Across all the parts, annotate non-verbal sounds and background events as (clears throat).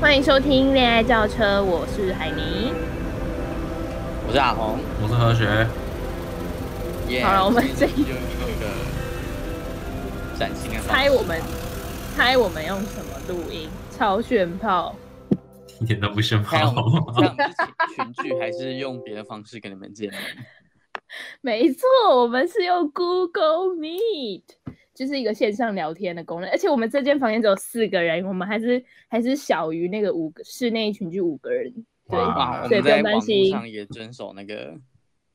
欢迎收听《恋爱轿车》，我是海尼。我是阿红。我是何学，耶好了我们今天又一个崭新的方式猜我们，猜我们用什么录音？超炫炮！一点都不炫猜炮我。们猜我们是群聚还是用别的方式跟你们见面？没错，我们是用 Google Meet，就是一个线上聊天的功能。而且我们这间房间只有四个人，我们还是还是小于那个五个室内群聚五个人。对，哇哇，啊我所以们不用在担网络心上也遵守那个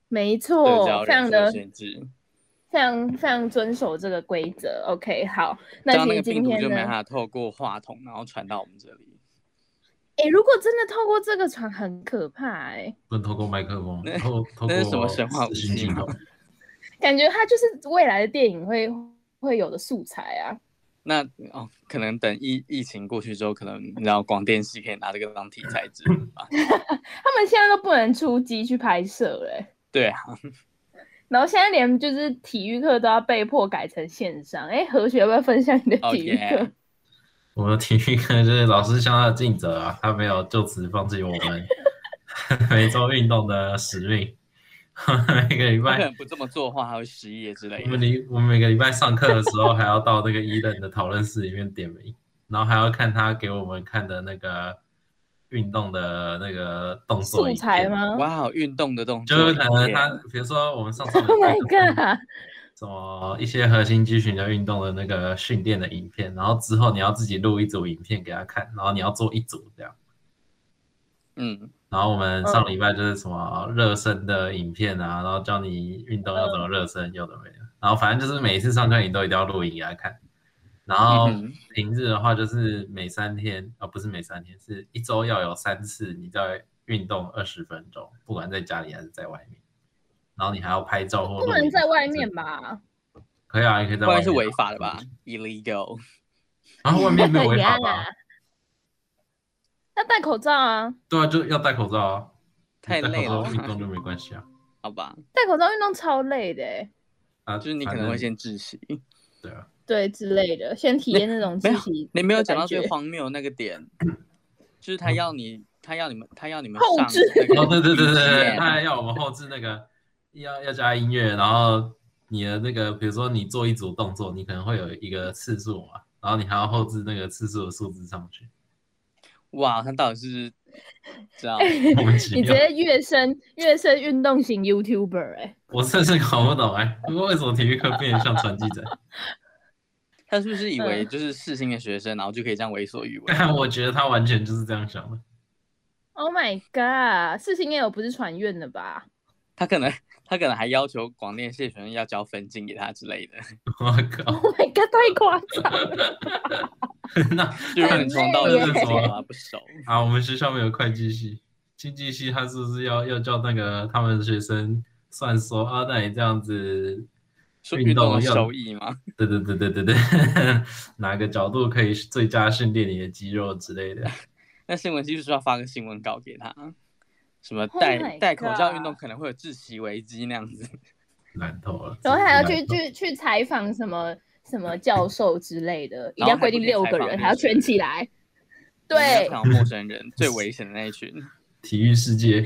没社错，交非常人数的的限制，非常非常遵守这个规则。OK，好，这那样其那实个病今毒天就没办呢？法透过话筒然后传到我们这里。哎、如果真的透过这个传，很可怕哎、不能透过麦克风，那透透那是什么过神话武视讯器镜吗头。感觉它就是未来的电影会会有的素材啊。那哦，可能等疫疫情过去之后，可能你知道广电系可以拿这个当题材之类 (laughs) 吧？他们现在都不能出击去拍摄嘞、对啊， (laughs) 然后现在连就是体育课都要被迫改成线上。哎，何雪要不要分享你的哦体育课耶，我们的体育课就是老师向他的尽责啊，他没有就此放弃我 (laughs) 们每周运动的使命。 (laughs) 每个礼他可拜，能不这么做的话，他会失业之类我们的。礼我们每个礼拜上课的时候，还要到那个一任的讨论室里面点名，然后还要看他给我们看的那个运动的那个动作素影材片？吗哇，运动的动作，嗯就是可能耶他，比如说我们上上礼？Oh 拜 my god！什么一些核心肌群的运动的那个训练的影片，然后之后你要自己录一组影片给他看，然后你要做一组这样。嗯，然后我们上礼拜就是什么热身的影片啊，然后教你运动要怎么热身，有的没的。然后反正就是每一次上课你都一定要录影给他看。然后嗯哼平日的话就是每三天啊、不是每三天，是一周要有三次你在运动二十分钟，不管在家里还是在外面。然后你还要拍照或不录能影在外面？吧？可以啊，你可以在不外然面。是违法的吧？illegal。 (laughs) 然后外面没有违法啊吧？要戴口罩啊！对啊，就要戴口罩啊。 (laughs) 太你戴累了口罩运动就没关 (laughs) 系啊。好吧，戴口罩运动超累的、欸，啊，就是你可反能会正先窒息。对啊，对之类的，先体验那种没自有己你没有讲到这个感最觉荒谬的那个点，就是他要你，他要你们，他要你们后上置那个嗯哦，对对对对对， BGM 他还要我们后置那个要要加音乐，然后你的那个，比如说你做一组动作，你可能会有一个次数嘛，然后你还要后置那个次数的数字上 (laughs) 去，哇，他到底是知道？哎莫名其 (laughs) 你直妙。接跃升跃升运动型 YouTuber 哎、我真是搞不懂哎，不过为什么体育课变得像传记者？ (laughs) 他是不是以嗯为就是世新的学生，然后就可以这样为所欲为？但我觉得他完全就是这样想的。 (laughs) Oh my god！四星也有不是传院的吧？他可能他可能还要求广电系学生要交分镜给他之类的，我靠， (laughs) Oh my god！太夸张了，那就让你从到很累耶认识啊不熟。啊，我们学校没有会计系，经济系他是不是要要叫那个他们的学生算说啊？那你这样子，说运运动动的要收益吗？对对对对对对，哪个角度可以最佳训练你的肌肉之类的？那新闻系就是要发个新闻稿给他，什么戴、Oh my 戴口罩运动 God 可能会有窒息危机那样子。懒透了。然后还要真是去懒透去去采访什么什么教授之类的，一定然后要还规不定能六采个访人，陌还要生圈人起来。你要对，看好陌生人最危险的那一群，体育世界，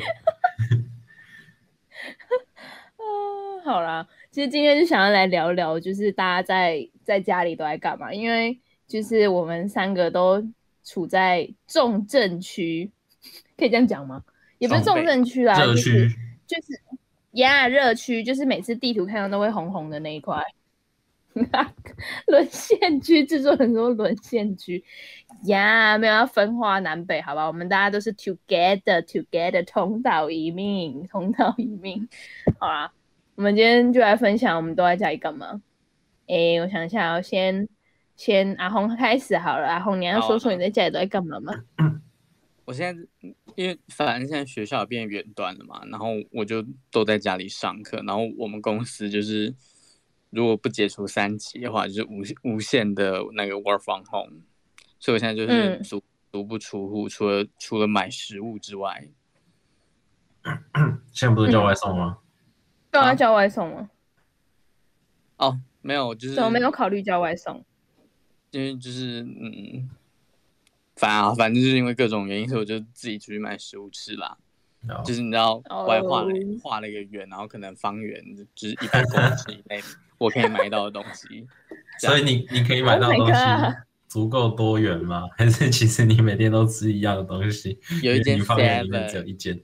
嗯，好啦，其实今天就想要来聊聊，就是大家在在家里都在干嘛？因为就是我们三个都处在重症区，可以这样讲吗？也不是重重备症区啦，热就区是就是呀，热区就是每次地图看到都会红红的那一块。 (laughs) 沦陷区，制作人说沦陷区呀没有要分化南北，好吧？我们大家都是 together together，同岛一命，同岛一命。好啦，我们今天就来分享我们都在家里干嘛。诶，我想一下哦，先先阿红开始好了。阿红，你要好啊啊说说你在家里都在干嘛吗？我现在因为反正现在学校也变远端了嘛，然后我就都在家里上课，然后我们公司就是如果不解除三级的话，就是无无限的那个 work from home，所以我现在就是嗯足足不出户，除了除了买食物之外，现在不是叫外送吗？对啊，啊叫外送吗？哦，没有，就是怎么没有考虑叫外送？因为就是嗯，反啊，反正就是因为各种原因，所以我就自己出去买食物吃啦。然后就是你知道，哦我还画了画了一个圆，然后可能方圆就是一百公尺以内，我可以买到的东西。所以你你可以买到 Oh 东 my 西 god 足够多元吗？ (laughs) 还是其实你每天都吃一样的东西？有一间你方圆里面只有 seven，一间。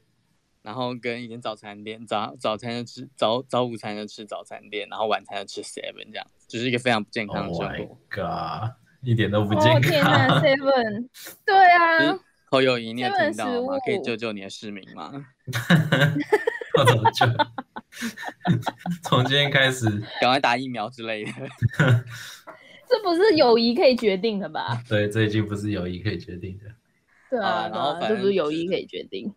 然后跟一间早餐店，早早餐就吃早早午餐就吃早餐店，然后晚餐就吃 seven，这样就是一个非常不健 Oh 康的生 my 活。 god，一点都不哦健天哪康。 ，Seven，对啊嗯，侯友谊，你有 seven 听到吗食物？可以救救你的市民吗？我怎么就 (laughs) 从今天开始？赶快打疫苗之类的。这不是友谊可以决定的吧？对，这已经不是友谊可以决定的。哦对啊，啊对然后啊这反正不是友谊就是可以决定。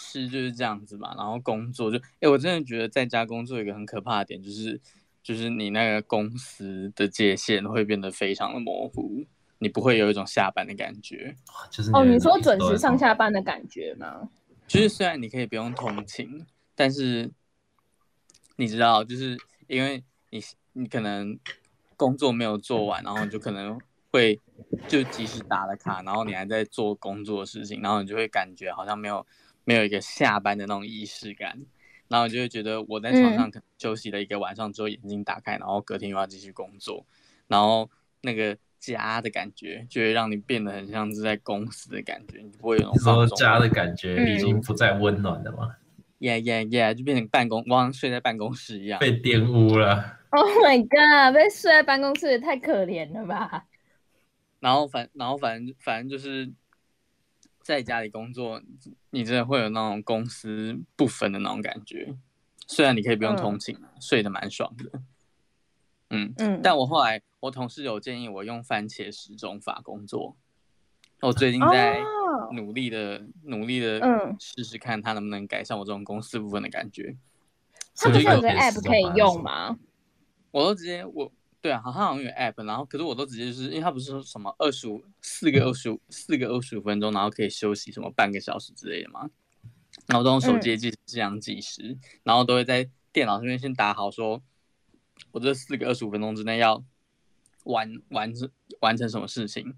是就是这样子嘛，然后工作就，哎、我真的觉得在家工作有一个很可怕的点就是，就是你那个公司的界限会变得非常的模糊，你不会有一种下班的感觉。哇就是哦，的你说一直准都在时上工作下班的感觉吗？就是虽然你可以不用通勤，但是你知道，就是因为你你可能工作没有做完，然后你就可能会就即使打了卡，然后你还在做工作的事情，然后你就会感觉好像没有没有一个下班的那种仪式感，然后你就会觉得我在床上可能休息了一个晚上之后，眼睛打开，然后隔天又要继续工作，然后那个。家的感觉就会让你变得很像是在公司的感觉，你不会有那种你说放松家的感觉嗯已经不再温暖了吗？耶耶耶，就变成办公，我好像睡在办公室一样。被玷污了。 Oh my god！被睡在办公室也太可怜了吧？然后反，然后反正反正就是在家里工作，你真的会有那种公司不分的那种感觉。虽然你可以不用通勤，啊睡得蛮爽的。嗯，嗯，但我后来我同事有建议我用番茄时钟法工作，我最近在哦，努力的、努力的嗯试试看它能不能改善我这种公司不分的感觉。它不是有个所以有 app 可以用吗？我都直接我对啊，好像好像有 app，然后可是我都直接就是因为它不是说什么二十五四个二十五四个二十五分钟，然后可以休息什么半个小时之类的嘛。然后我都用手机的计这样计时，然后都会在电脑上面先打好说，我这四个二十五分钟之内要完完成完成什么事情。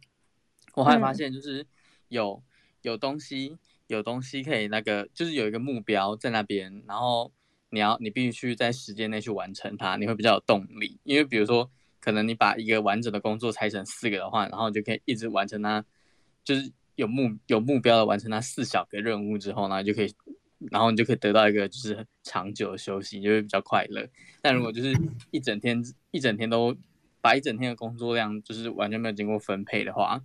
我还发嗯现就是有、有东西有东西可以那个，就是有一个目标在那边，然后你要你必须在时间内去完成它，你会比较有动力。因为比如说，可能你把一个完整的工作拆成四个的话，然后你就可以一直完成它，就是有目有目标的完成它四小个任务之后呢，就可以。然后你就可以得到一个就是长久的休息，你就会比较快乐。但嗯如果就是一整天一整天都把一整天的工作量就是完全没有经过分配的话，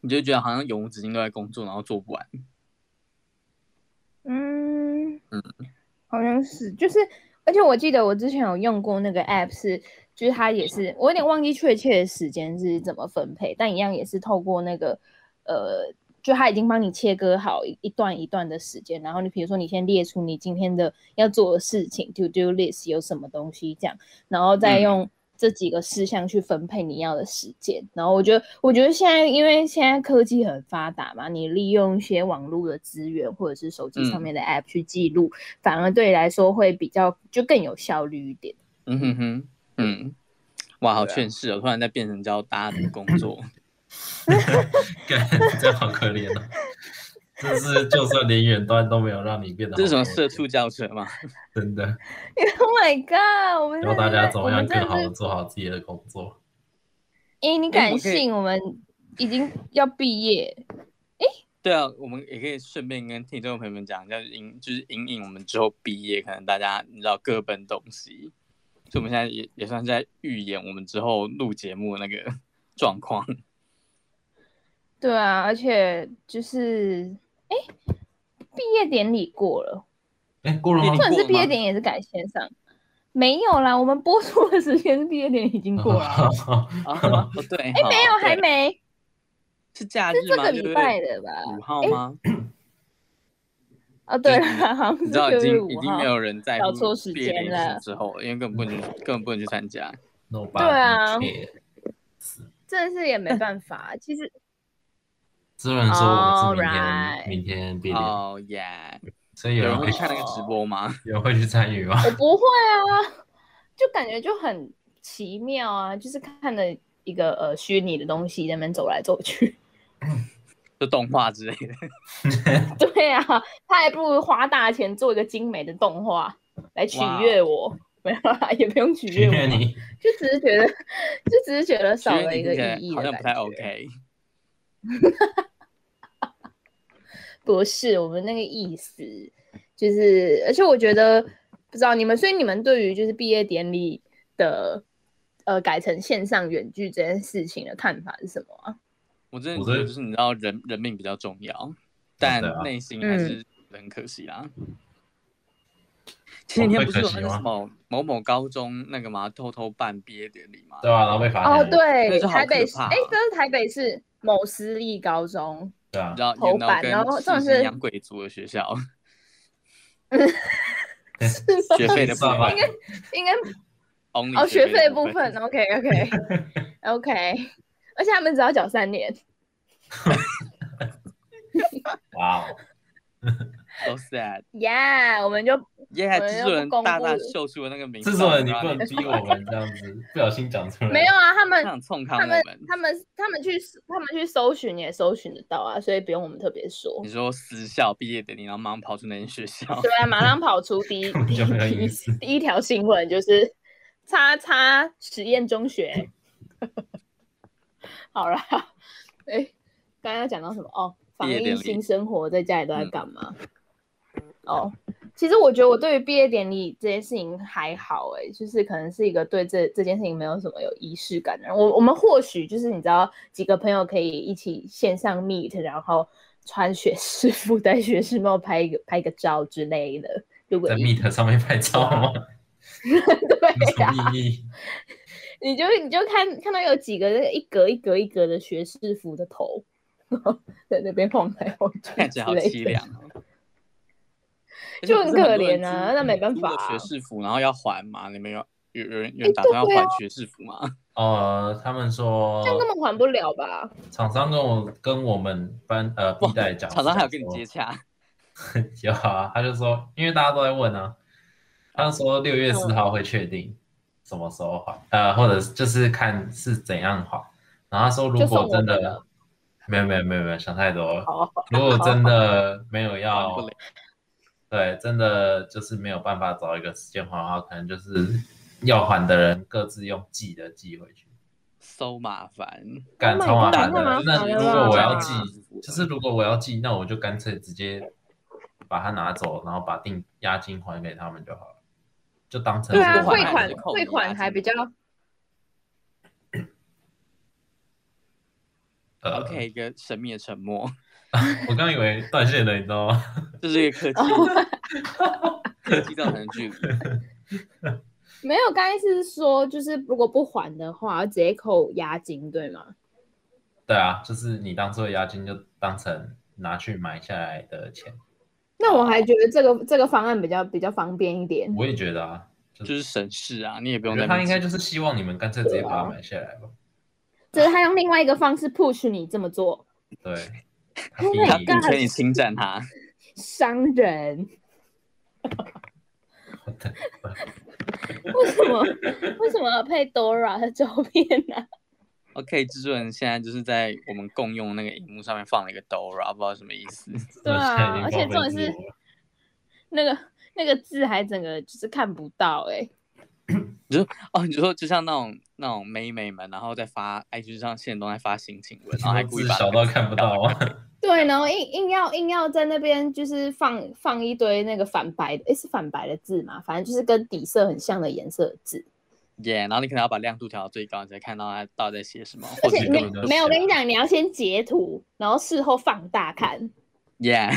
你就觉得好像永无止境都在工作，然后做不完。嗯嗯，好像是，就是，而且我记得我之前有用过那个 app，是，就是它也是，我有点忘记确切的时间是怎么分配，但一样也是透过那个，呃，就它已经帮你切割好一一段一段的时间，然后你比如说你先列出你今天的要做的事情 to do list 有什么东西这样，然后再嗯用这几个事项去分配你要的时间。然后我觉得，我觉得现在因为现在科技很发达嘛，你利用一些网络的资源或者是手机上嗯面的 app 去记录，反而对你来说会比较就更有效率一点。嗯哼哼，嗯，哇，好对啊劝世哦！突然在变成教大家怎么工作， (clears throat) 干，这样好可怜哦。就是就算连远端都没有让你变得好这是什么过社畜教程吗？真的 oh my god！我们教 (laughs) 大家怎么样更好的哎做好自己的工作。、诶你我敢可哎以信我们已经要毕业？对啊，我们也可以顺便跟听众朋友们讲一下，引就是引引我们之后毕业，可能大家你知道各奔东西，所以我们现在也也算是在预演我们之后录节目的那个 (laughs) 状 (laughs) 况。对啊，而且就是哎，毕业典礼过了。哎，过了吗你重？点是哦过了吗毕业典礼也是改线上，没有啦，我们播出的时间是毕业典礼已经过 (laughs) 了，啊，了。哦对，哎、没有还对没，是假是日这吗？个六礼月拜的吧？五号吗？哦，对了，好像你是知道已六经月五已经号没。有人在搞乎错时毕业典间礼什了么时候，因为根本不能根本不能去参加。 No 对啊 body care 真的是也没办法，其实虽然说哦我们是明 Alright 天明天毕业，哦耶！所以有有人人会会看那个直播吗？ (laughs) (laughs) 有人会去参与吗？我不会啊，就感觉就很奇妙啊，就是看了一个呃虚拟的东西在那边走来走去。 (laughs) 就动画之类的。对啊，他还不如花大钱做一个精美的动画来取哦悦我，没有啦，也不用取取悦我悦啦，你， (laughs) 就只是觉得，就只是觉得少因了为一你个听起来意义好的像不太感觉。 OK。不是我们那个意思，就是而且我觉得不知道你们，所以你们对于就是毕业典礼的呃改成线上远距这件事情的看法是什么啊？我真的我觉真的得就是你知道人人命比较重要，但对啊内心嗯还是很可惜啦。前几天不是有那个什么某某高中那个嘛，偷偷办毕业典礼嘛？对吧、啊然后被罚哦，钱，对，那是好台北可市，怕哎、哦这是台北市某私立高中，对啊你知，道偷演到办跟然后哦这种是是养鬼族的学校， (laughs) 是吗学费的部算吧分 (laughs) 应该，only 哦，学费费的部分分， ，OK OK (laughs) OK，而且 (laughs) 他们只要缴三年，哇哦，都 sad。 (laughs) yeah，我们就耶、我们制要作不人公大大布秀出了那个名字，制作人你然不后能逼我们这样子，不小心讲出来，没有啊，他他们想冲康他我们们。他们他们去他们去搜寻也搜寻得到啊，所以不用我们特别说你。说私校毕业典礼，然后马上跑出那间学哦 (laughs) 校，对啊，马上跑出第 (laughs) 一第就没有一意第思一第一条新闻就是叉叉实验中学。好啦，哎、刚刚讲到什么？哦，防毕业疫典礼新生活在家里都在嗯干嘛？哦，其实我觉得我对于毕业典礼这件事情还好、欸，就是可能是一个对这这件事情没有什么有仪式感的人。我我们或许就是你知道几个朋友可以一起线上 meet，然后穿学士服、戴学士帽拍一个拍个照之类的。如果在你 Meet 上面拍照吗？(laughs) 有对啊什呀、么意义？你就你就看看到有几个那个一格一格一格的学士服的头，然后在那边晃来晃去之类的，看起来好凄凉哦。而且就很不是可多人怜啊租那没办租了法啊学士服，然后要还嘛？你们有有有人有人打算要对啊还学士服吗？哦，他们说这样根本还不了吧？厂商跟我跟我们班呃 B 代讲，厂商还有跟你接接洽，有啊，他就说，因为大家都在问啊，他就说六月四号会确定什么时候还，呃，或者就是看是怎样还。然后他说，如就送果我真们的了，没有没有没有没有想太多了，好，如果真的没有还要不了对，真的就是没有办法找一个时间还的话，可能就是要还的人各自用寄的寄回去， ，so 麻烦。干 my 超麻 god，烦的太麻。那烦了如果我要吧寄，就是如果我要寄，那我就干脆直接把它拿走，然后把定押金还给他们就好了，就当成对是啊，不还汇还款是扣啊汇你押款还金比较呃 OK 一个神秘的沉默，我刚以为断线了，你知道吗？ (laughs) 这是一个科技 (laughs) 科技造成的距离。 (laughs) 没有。刚才是说，就是如果不还的话，直接扣押金，对吗？对啊，就是你当做押金就当成拿去买下来的钱，那我哦还觉得这个这个方案比较比较方便一点。我也觉得啊，就就是省事啊，你也不我用觉再得他应该就是希望你们干脆直接把它买下来吧。只是他用另外一个方式 push 你这么做，对， (laughs) 他 Oh 逼 my 他你鼓吹你侵占他，伤人。 (laughs) 为什么为什么要配 Dora 的照片呢、 OK，制作人现在就是在我们共用那个荧幕上面放了一个 Dora，不知道什么意思。 (laughs) 对啊现在已经而且荒废重点自是我了那个那个字还整个就是看不到哎、哦，你就说就像那种那种妹妹们，然后在发 IG 上现动在发心情文，哦然后还故意字把小那到个看不到啊！对，然后硬硬要硬要在那边就是放放一堆那个反白的，诶，是反白的字嘛，反正就是跟底色很像的颜色的字。耶然后你可能要把亮度调到最高，你才看到它到底在写什么，或而者且是你根本就没有，我是跟你讲，你要先截图，然后事后放大看，耶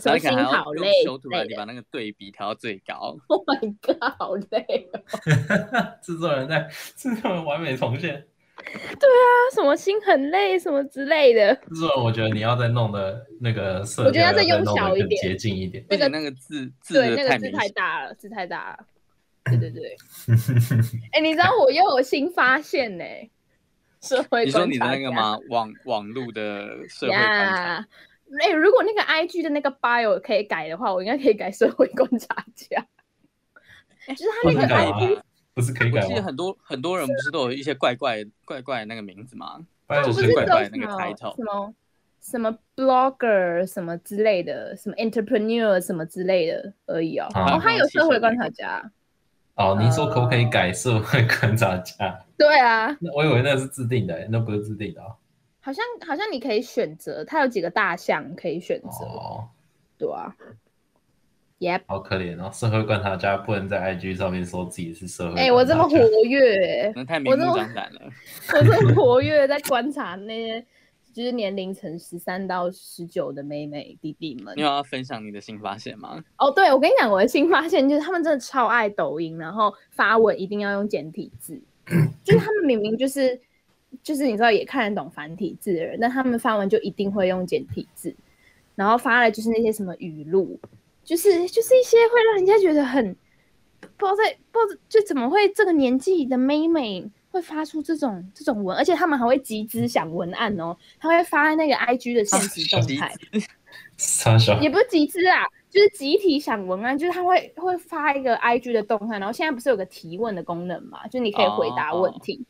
什然后么你可心能还好要用累修图累软体的。把那个对比调到最高。 Oh my god，好累哦！啊 (laughs) 制作人在制作人完美重现，他 (laughs) 什么心很累什么之类的，制作人我觉得你要再弄的那个色调，我觉得要再用弄得小一更点洁净一点。那而个且那个字字对，那太个字明太显，大了，字太大了。对对对，哎、你知道我又有新发现 (laughs) 呢、社会你说观你的察那个家吗？网网路的社会观察呀，哎、如果那个 IG 的那个 bio 可以改的话，我应该可以改社会观察 (laughs) 家。哎就是他 (laughs) 不那是个改吗 IG，？不是可以我改记得吗？很多很多人不是都有一些怪怪怪怪的那个名字吗？拜就五哎不是是只十怪块有怪什那个么 title 什么什么 blogger 什么之类的，什么 entrepreneur 什么之类的而已哦。啊哦，他有社会观察家，哦，你呃说可不可以改社会观察 (laughs) 家？对啊，那我以为那是制定的，那不是制定的哦。好像好像你可以选择，他有几个大项可以选择，哦，对啊。Yep，好可怜哦，社会观察家不能在 IG 上面说自己是社会。哎、我这么活，跃、 (laughs) 那太明目张胆了。我 (laughs) 是活跃在观察那些就是年龄层十三到十九的妹妹弟弟们你。有要分享你的新发现吗？哦，对，我跟你讲，我的新发现就是他们真的超爱抖音，然后发文一定要用简体字，就是他们明明就是就是你知道也看得懂繁体字的人，但他们发文就一定会用简体字，然后发的就是那些什么语录，就是就是一些会让人家觉得很不知道在不知道就怎么会这个年纪的妹妹会发出这种这种文，而且他们还会集资想文案哦，他会发在那个 IG 的现实动态。傻小也不是集资啊，就是集体想文案，就是他会会发一个 IG 的动态，然后现在不是有个提问的功能嘛，就是你可以回答哦问题，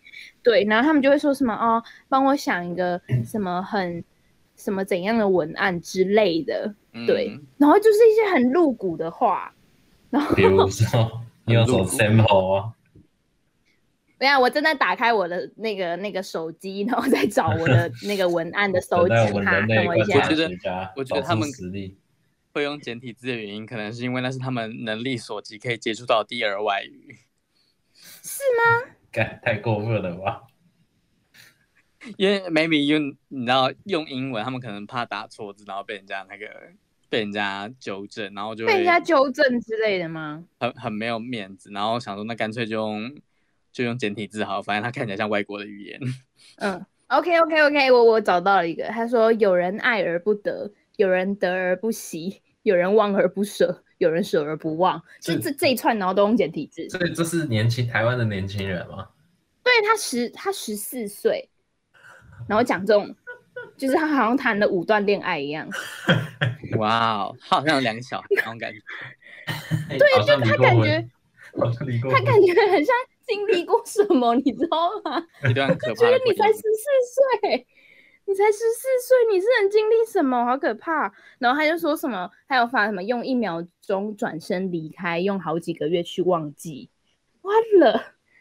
对，然后他们就会说什么哦，帮我想一个什么很什么怎样的文案之类的，嗯对然后就是一些很露骨的话。比如 (laughs) 说，你有什么 sample 啊？等一下，我正在打开我的那个那个手机，然后再找我的那个文 (laughs) 案的收等集待我们哈，人等类我观一察下觉。得学家我觉得找他出们实力。会用简体字的原因，可能是因为那是他们能力所及可以接触到的第二外语，干太过分了吧？因为 maybe 用你知道用英文，他们可能怕打错字，然后被人家那个被人家纠正，然后就被人会家纠正之类的吗？很很没有面子，然后想说那干脆就用就用简体字好了，反正它看起来像外国的语言。嗯，OK OK OK，我我找到了一个，他说有人爱而不得，有人得而不惜，有人望而不舍，有人舍而不忘，就这这这一串，然后都用简体字。所以这是年轻台湾的年轻人吗？对他十他十四岁，然后讲这种，就是他好像谈了五段恋爱一样。哇哦，它好像有两个小孩那种感觉。对啊就他感 (laughs) 觉好像离过他婚感觉很像经历过什么，你知道吗？一段可觉怕得的你回才忆十四岁，你才十四岁，你是能经历什么？好可怕！然后他就说什么，还有发什么用一秒钟转身离开，用好几个月去忘记。完了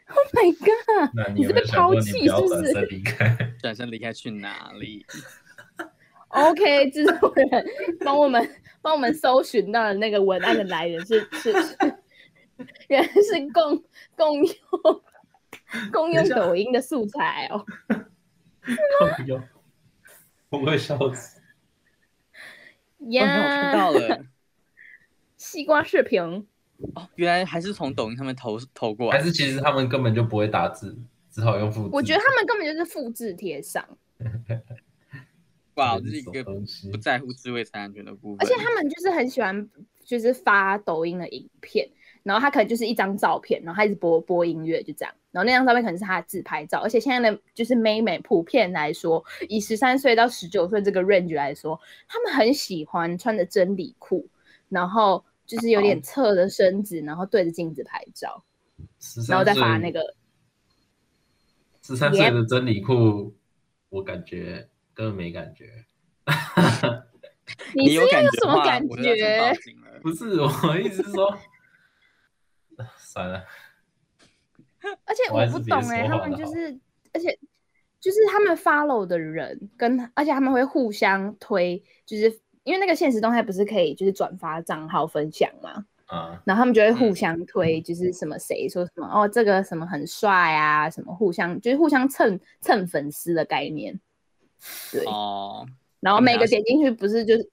，Oh my god！那你有是没被有想过抛你弃不要是不转是身离开？ (laughs) 转身离开去哪里？ OK，制作人帮我们帮我们搜寻到了那个文案的来源是 (laughs) 是是，原来是共共用共用等一下抖音的素材哦。靠腰我会笑死。哦，我呀、看到了，西瓜视频，哦，原来还是从抖音上面投投过还来。是其实他们根本就不会打字，只好用复制。我觉得他们根本就是复制贴上，哇，这这是一什个么东西不在乎智慧财产权的部分。而且他们就是很喜欢，就是发抖音的影片，然后他可能就是一张照片，然后他一直播播音乐，就这样。然后那张照片可能是他的自拍照，而且现在的就是妹妹普遍来说，以十三岁到十九岁这个 range 来说，他们很喜欢穿着真理裤，然后就是有点侧着身子，然后对着镜子拍照， 13然后再发那岁个。十三岁的真理裤，我感觉根本没感觉。你是有感有觉什么的话感我就要先报觉？警了不是我意思是说， (laughs) 算了，而且我我还不是别懂哎、说他话们了就好是，而且就是他们 follow 的人跟，而且他们会互相推，就是因为那个现实动态不是可以就是转发账号分享嘛，啊，然后他们就会互嗯相推，就是什么谁说什么哦这个什么很帅啊，什么互相就是互相蹭蹭粉丝的概念，对，哦，然后他们每个拿点进去不是就是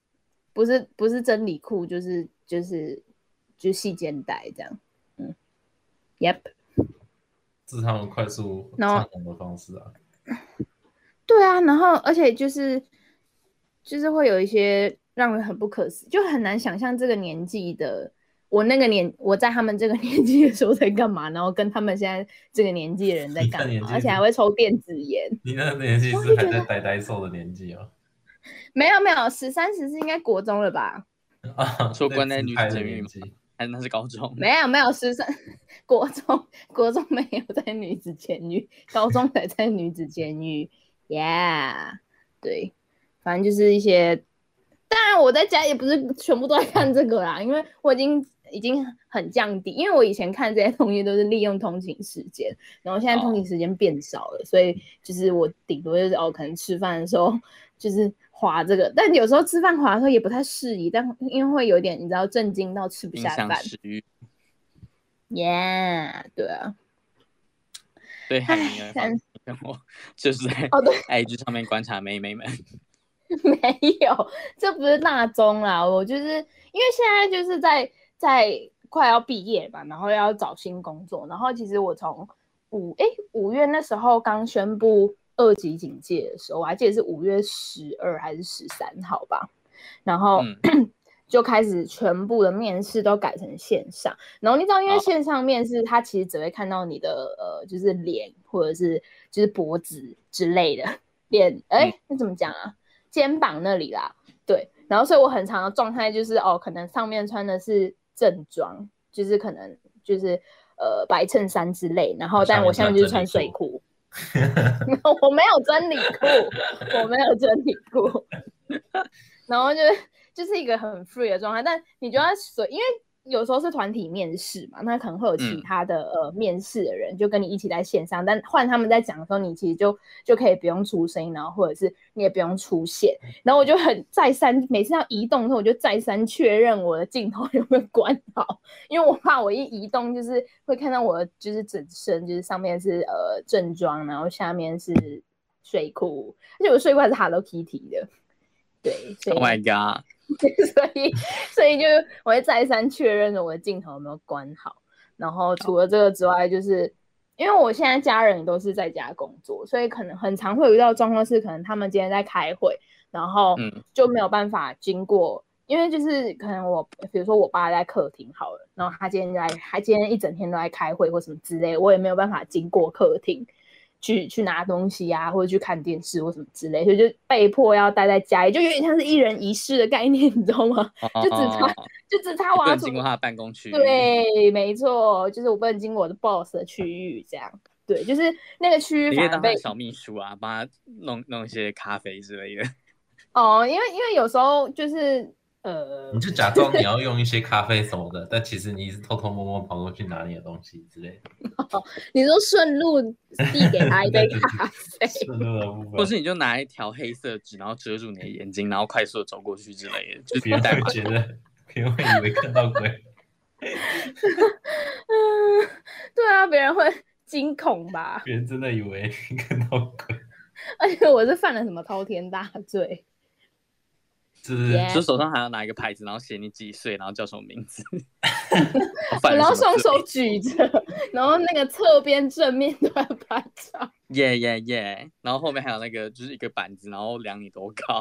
不是不是真理裤，就是就是就细肩带这样，嗯，Yep。这是他们快速然后畅通的方式啊。对啊，然后而且就是就是会有一些让人很不可思，就很难想象这个年纪的我那个年我在他们这个 (laughs) 年纪的时候在干嘛，然后跟他们现在这个年纪的人在你这干年嘛，纪而且还是会抽电子烟。你那个年纪我是就还觉在得呆呆瘦的年纪哦。 (laughs) 没有没有，十三十是应该国中了吧？啊，说关在在女子监狱吗还是那是高中？没有没有，十三国中国中没有在女子监狱，高中才在女子监狱，Yeah，对，反正就是一些。当然，我在家也不是全部都在看这个啦，因为我已经已经很降低，因为我以前看这些东西都是利用通勤时间，然后现在通勤时间变少了，所以就是我顶多就是哦，可能吃饭的时候就是划这个，但有时候吃饭划的时候也不太适宜，但因为会有点你知道震惊到吃不影下响饭食欲。 ，Yeah，对啊， (laughs) 对，海宁唉的但生活就是在哦对 IG 上面观察妹妹们。没有，这不是闹钟啦，我就是因为现在就是在在快要毕业嘛，然后要找新工作，然后其实我从五哎五月那时候刚宣布二级警戒的时候，我还记得是五月十二还是十三号吧，然后、嗯 (clears throat) 就开始全部的面试都改成线上，然后你知道，因为哦线上面试，它其实只会看到你的呃，就是脸或者是就是脖子之类的脸，哎、嗯那怎么讲啊？肩膀那里啦，对。然后所以我很常的状态就是哦，可能上面穿的是正装，就是可能就是呃白衬衫之类，然后我下但面我下面就是穿穿真睡理裤。 (laughs) 我没有真理裤，我没有真理裤，然后就是就是一个很 free 的状态，但你就要随，因为有时候是团体面试嘛，那可能会有其嗯他的、呃面试的人就跟你一起在线上，但换他们在讲的时候，你其实就就可以不用出声音，然后或者是你也不用出现，然后我就很再三，每次要移动的时候，我就再三确认我的镜头有没有关好，因为我怕我一移动，就是会看到我就是整身，就是上面是呃正装，然后下面是睡裤，而且我睡裤还是 Hello Kitty 的，对，所以、 Oh my god！ (laughs) 所以所以就我会再三确认我的镜头有没有关好。然后除了这个之外，就是因为我现在家人都是在家工作，所以可能很常会有遇到状况是，可能他们今天在开会，然后嗯就没有办法经过，因为就是可能我，比如说我爸在客厅好了，然后他今天在，他今天一整天都在开会或什么之类，我也没有办法经过客厅去去拿东西啊，或者去看电视或什么之类，所以就被迫要待在家里，就有点像是一人一室的概念，你知道吗？哦，就只差就只差我要不能出经过他的办公区域。对，没错，就是我不能经过我的 boss 的区域，这样。对，就是那个区域你可反以而当他被的小秘书啊，帮他弄弄一些咖啡之类的。哦，因为因为有时候就是呃你，就假装你要用一些咖啡什么的，但其实你是偷偷摸摸跑过去拿你的东西之类的。你说顺路递给他一杯咖啡，顺路的部分或是你就拿一条黑色纸，然后遮住你的眼睛，然后快速地走过去之类的，就是别人代会码。觉得，别人会以为看到鬼。嗯，对啊，别人会惊恐吧？别人真的以为你看到鬼，而且我是犯了什么滔天大罪？就是就手上还要拿一个牌子，然后写你几岁，然后叫什么名 (laughs) 字，我然后双手手举着，然后那个侧边、正面都要拍照。 (laughs) 耶耶耶，然后后面还有那个就是一个板子，然后量你多高。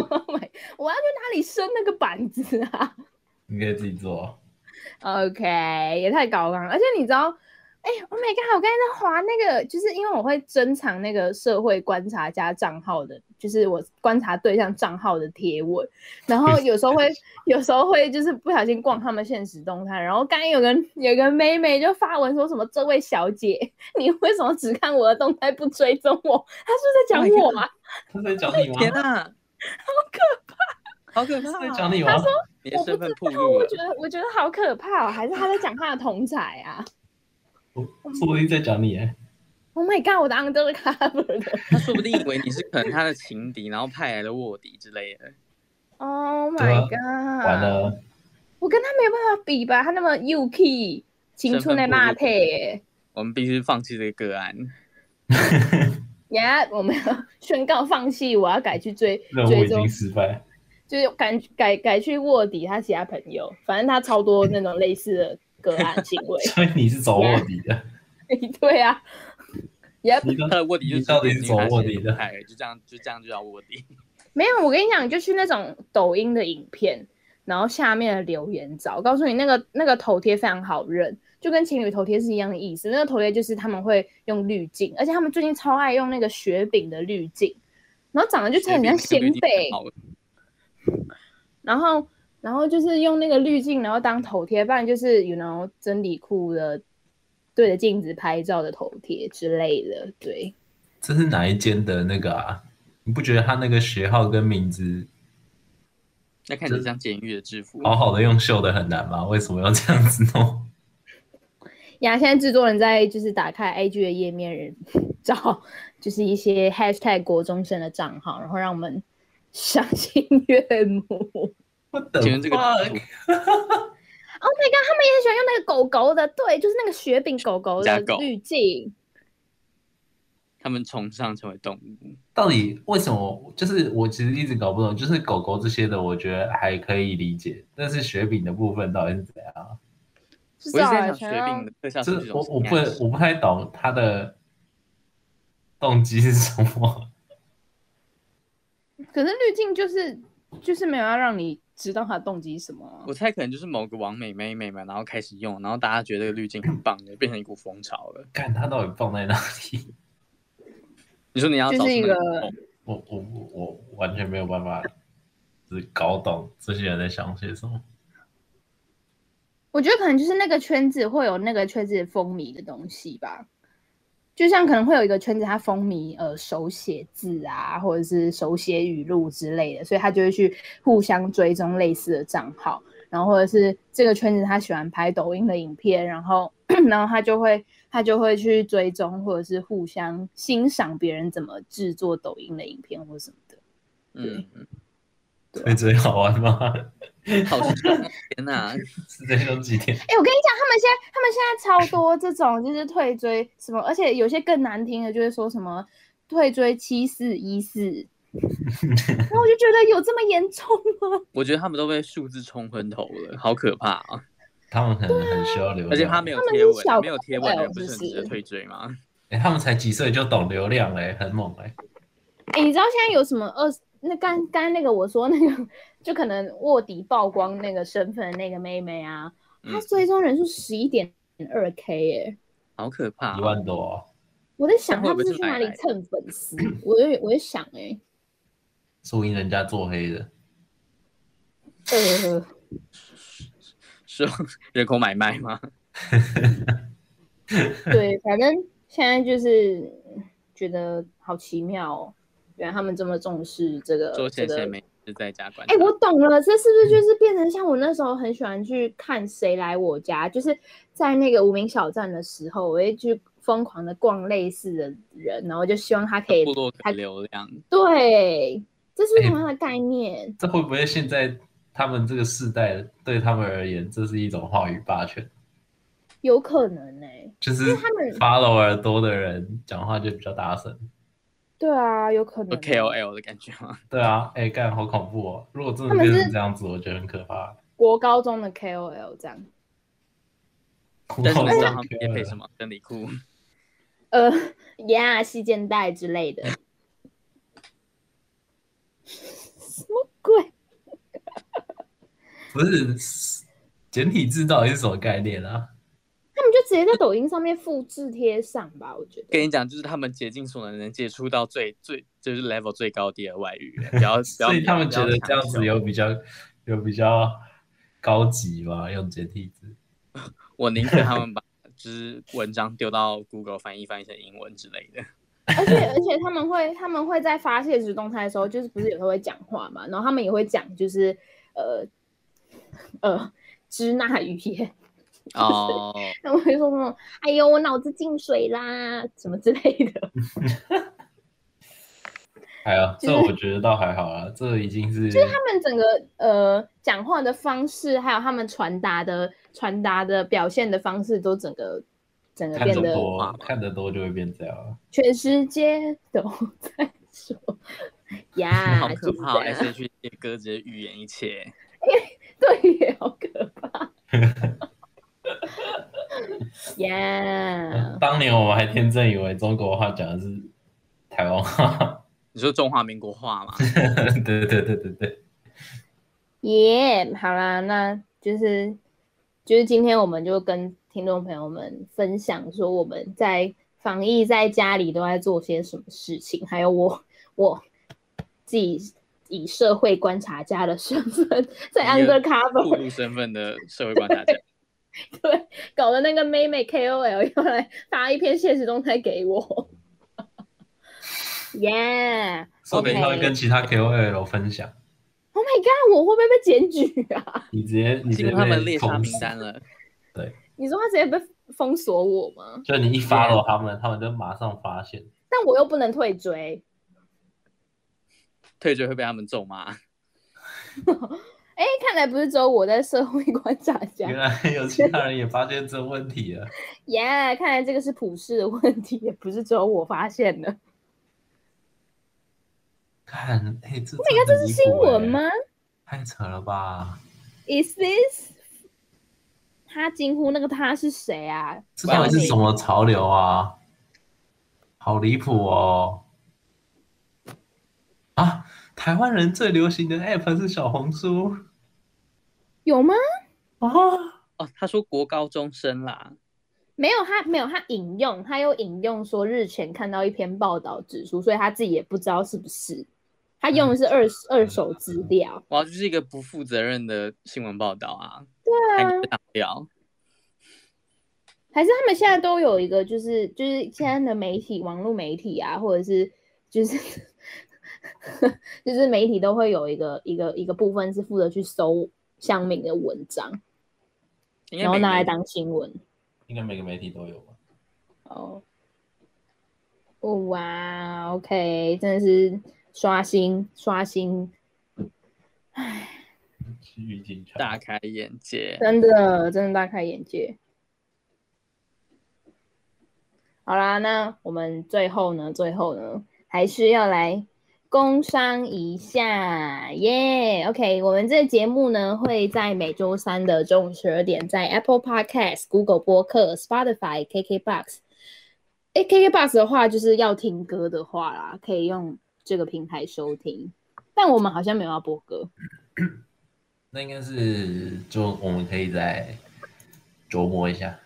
Oh my，我要去哪里伸那个板子啊？你可以自己做。 OK，也太高纲了。而且你知道，哎、o h my god！我刚才在划那个，就是因为我会珍藏那个社会观察家账号的，就是我观察对象账号的贴文，然后有时候 (laughs) 会，有时候会就是不小心逛他们现实动态，然后刚刚有个有个妹妹就发文说什么：“这位小姐，你为什么只看我的动态不追踪我？”她是不 Oh 是在讲 my 我啊？他在讲你吗？天啊，好可怕，好他可在怕！讲你吗？你我不的身知份暴道，露我了觉。得我觉得好可怕哦，还是她在讲她的同才啊我说不定在讲你哎。 ？Oh my god！我的 undercover 的。他说不定以为你是可能他的情敌，然后派来的卧底之类的。 Oh 对啊 my god！完，了，我跟他没有办法比吧？他那么 UK，青春的马配耶。我们必须放弃这个个案。呀，我们要宣告放弃，我要改去追任务追已踪经，失败。就是改改改去卧底他其他朋友，反正他超多那种类似的个案行为。所以你是走卧底的， (laughs) 对啊，Yep，你 (laughs) 的他的卧底就你是到底是走卧底的派，就这样就这样就叫卧底。没有，我跟你讲，就去那种抖音的影片，然后下面的留言找，我告诉你那个那个头贴非常好认，就跟情侣头贴是一样的意思。那个头贴就是他们会用滤镜，而且他们最近超爱用那个雪饼的滤镜，然后长得就 (laughs) 这很像仙贝，好然后然后就是用那个滤镜，然后当头贴，不然就是 you know 真理裤的对着镜子拍照的头贴之类的，对。这是哪一间的那个啊？你不觉得他那个学号跟名字那看起来像监狱的制服。好好的用绣的很难吗？为什么要这样子弄？ (laughs) 呀，现在制作人在就是打开 IG 的页面找，就是一些 hashtag 国中生的账号，然后让我们赏心悦目。我等请问这个制服 Oh my god，他们也很喜欢用那个狗狗的，对，就是那个雪饼狗狗的假狗滤镜。他们崇尚成为动物，到底为什么？就是我其实一直搞不懂，就是狗狗这些的，我觉得还可以理解，但是雪饼的部分到底是怎样？不我知一直道在啊，想想雪要饼的特效就是是啊这我种我不我不太懂他的动机是什么。 (laughs) 可是滤镜就是就是没有要让你知道他动机是什么啊。我猜可能就是某个王美妹妹嘛，然后开始用，然后大家觉得滤镜很棒，就变成一股风潮了。看他到底放在哪里？你说你要就找是什一么个理由？我我我我完全没有办法，就是搞懂这些人在想些什么。我觉得可能就是那个圈子会有那个圈子风靡的东西吧，就像可能会有一个圈子它风靡呃手写字啊，或者是手写语录之类的，所以他就会去互相追踪类似的账号，然后或者是这个圈子他喜欢拍抖音的影片，然后 (clears throat) 然后他就会他就会去追踪或者是互相欣赏别人怎么制作抖音的影片或什么的。嗯，嗯会最好玩吗？好爽啊！天哪，是在休几天？哎、我跟你讲，他们现在他们现在超多这种就是退追什么，而且有些更难听的，就是说什么退追七四一四，然后我就觉得有这么严重吗？我觉得他们都被数字冲昏头了，好可怕啊！他们可能很需要流量，而且他没有他们贴是文，小没有贴文的人不是很朋友是值不得是退追吗？诶欸他们才几岁就懂流量嘞、很猛欸嘞、哎、你知道现在有什么二十？那刚刚才那个我说那个，就可能卧底曝光那个身份的那个妹妹啊，她嗯追踪人数十一点二 K 耶，好可怕啊、一万多、哦，我在想会她不会不是是去奶哪里奶蹭粉丝？我就我就想哎、(laughs) (laughs) 说明人家做黑的。呃，是用人口买卖吗？对，反正现在就是觉得好奇妙哦，原来他们这么重视这个说这闲个。闲没事在家观察哎、。我懂了，这是不是就是变成像我那时候很喜欢去看《谁来我家》，就是在那个无名小站的时候，我会去疯狂的逛类似的人，然后就希望他可以部落格他流量，对，这是哎同样的概念。这会不会现在他们这个世代对他们而言，这是一种话语霸权？有可能哎、就是他们 follower 多的人讲话就比较大声。对啊，有可能有欸、 KOL 的感觉吗？对啊，哎、干好恐怖哦！如果真的他们变是成这样子，我觉得很可怕。国高中的 KOL 这样， (laughs) 但是我我知道他好啊们也配什么真理裤，呃，Yeah，细肩带之类的，什么鬼？不是简体字到底是什么概念啊？他们就直接在抖音上面复制贴上吧，我觉得。跟你讲，就是他们竭尽所能能接触到最最就是 level 最高低的外语，不要不要。所以他们不觉要得强这样子求有比较有比较高级嘛，用简体字。我宁可 (laughs) 他们把就是文章丢到 Google 翻译翻译成英文之类的。而且而且他们会他们会在发现实动态的时候，就是不是有时候会讲话嘛，然后他们也会讲就是呃呃支那语言， (laughs) 哦，他们会说什么“哎呦，我脑子进水啦”什么之类的，哎呀，就这是我觉得倒还好啦，这已经是他们整个呃讲话的方式，还有他们传达的传达的表现的方式，都整个整个看变得得多，看得多就会变这样啊。全世界都在说 (laughs) 呀 (laughs) 好，可就是怕这哦！S 样 H E 歌直接预言一切， (laughs) 对耶，好可 (laughs) 怕。呀，当年我们还天真以为中国话讲的是台湾话，你说中华民国话嘛？ (laughs) 对对对对对，耶，好啦，那就是就是今天我们就跟听众朋友们分享说我们在防疫在家里都在做些什么事情，还有我我自己以社会观察家的身份在一个 undercover 暴露身份的社会观察家，对，搞得那个妹妹 KOL 又来发一篇现实动态给我。耶说不定他会 OK 跟其他 KOL 分享， ！Oh my god，我会不会被检举啊？ (laughs) 你直接 (laughs) 你直进接入他们被猎杀封名死，单了。你说他直接被封锁我吗？就你一 follow 他们，他们就马上发现。但我又不能退追。退追会被他们咒骂，哎，看来不是只有我在社会观察家原，来有其他人也发现这问题了，耶看来这个是普世的问题，也不是只有我发现的。看，哎，这应该 Oh 这是新闻？吗真的离谱欸太扯了吧！ ？Is this？他惊呼那个他是谁啊？这到底是什么潮流啊？好离谱哦！啊，台湾人最流行的 app 是小红书有吗？啊！哦，他说国高中生啦，没有，他没有，他引用，他又引用说日前看到一篇报道指出，所以他自己也不知道是不是，他用的是嗯二二手资料。哇，这是一个不负责任的新闻报道啊，对还啊，挡掉。还是他们现在都有一个，就是就是现在的媒体，网络媒体啊，或者是就是 (laughs) 就是媒体都会有一个一个一个部分是负责去搜乡民的文章，应然该后每拿来年当新闻。应该每个媒体都有吧？哦，哦哇，OK，真的是刷新刷新，是郁金香大开眼界。真的真的大开眼界。好啦，那我们最后呢，最后呢，还是要来工商一下，耶、o k 我们这个节目呢会在每周三的中午十二点，在 Apple Podcast、Google 播客、Spotify、KKBox。哎，KKBox 的话，就是要听歌的话啦，可以用这个平台收听。但我们好像没有要播歌，那应该是就我们可以再琢磨一下。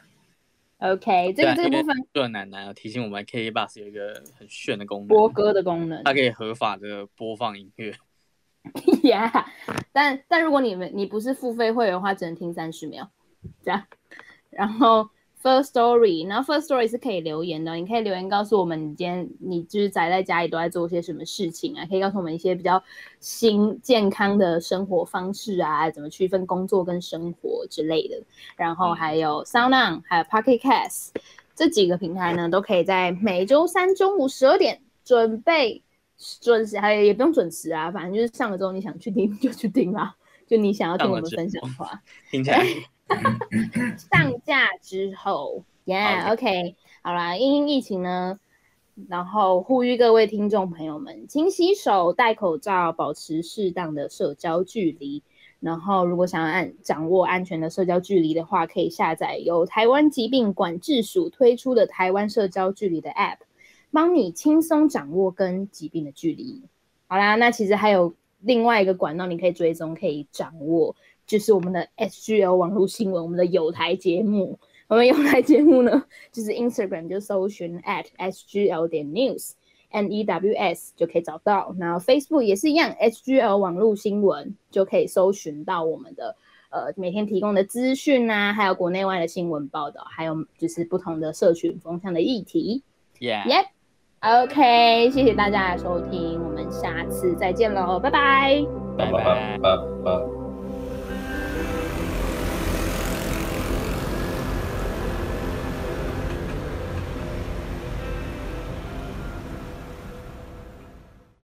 OK，这对个啊这个因为部分做男男要提醒我们，K Bus 有一个很炫的功播能，歌的功能它可以合法的播放音乐。 (laughs) ，Yeah。但但如果你们你不是付费会员的话，只能听三十秒，这样。然后 First Story，然后 First Story 是可以留言的，你可以留言告诉我们你今天你就是宅在家里都在做些什么事情啊，可以告诉我们一些比较新健康的生活方式啊，怎么区分工作跟生活之类的。然后还有 Sound On，还有 Pocket Cast 这几个平台呢，都可以在每周三中午十二点准备准时，还有也不用准时啊，反正就是上了之后你想去听就去听啦，就你想要听我们分享的话。(laughs) 听起来上架之后，Yeah，OK，、好啦，因应疫情呢，然后呼吁各位听众朋友们，勤洗手、戴口罩、保持适当的社交距离。然后，如果想要按掌握安全的社交距离的话，可以下载由台湾疾病管制署推出的台湾社交距离的 App，帮你轻松掌握跟疾病的距离。好啦，那其实还有另外一个管道，你可以追踪，可以掌握，就是我们的 SGL 网络新闻，我们的有台节目。我们有台节目呢，就是 Instagram 就搜寻 at SGL 点 news n e w s 就可以找到，然后 Facebook 也是一样，SGL 网络新闻就可以搜寻到我们的。呃，每天提供的资讯啊，还有国内外的新闻报道，还有就是不同的社群风向的议题。 ，Yeah， Yep. OK，谢谢大家的收听，我们下次再见喽，拜拜。拜拜拜。拜拜拜。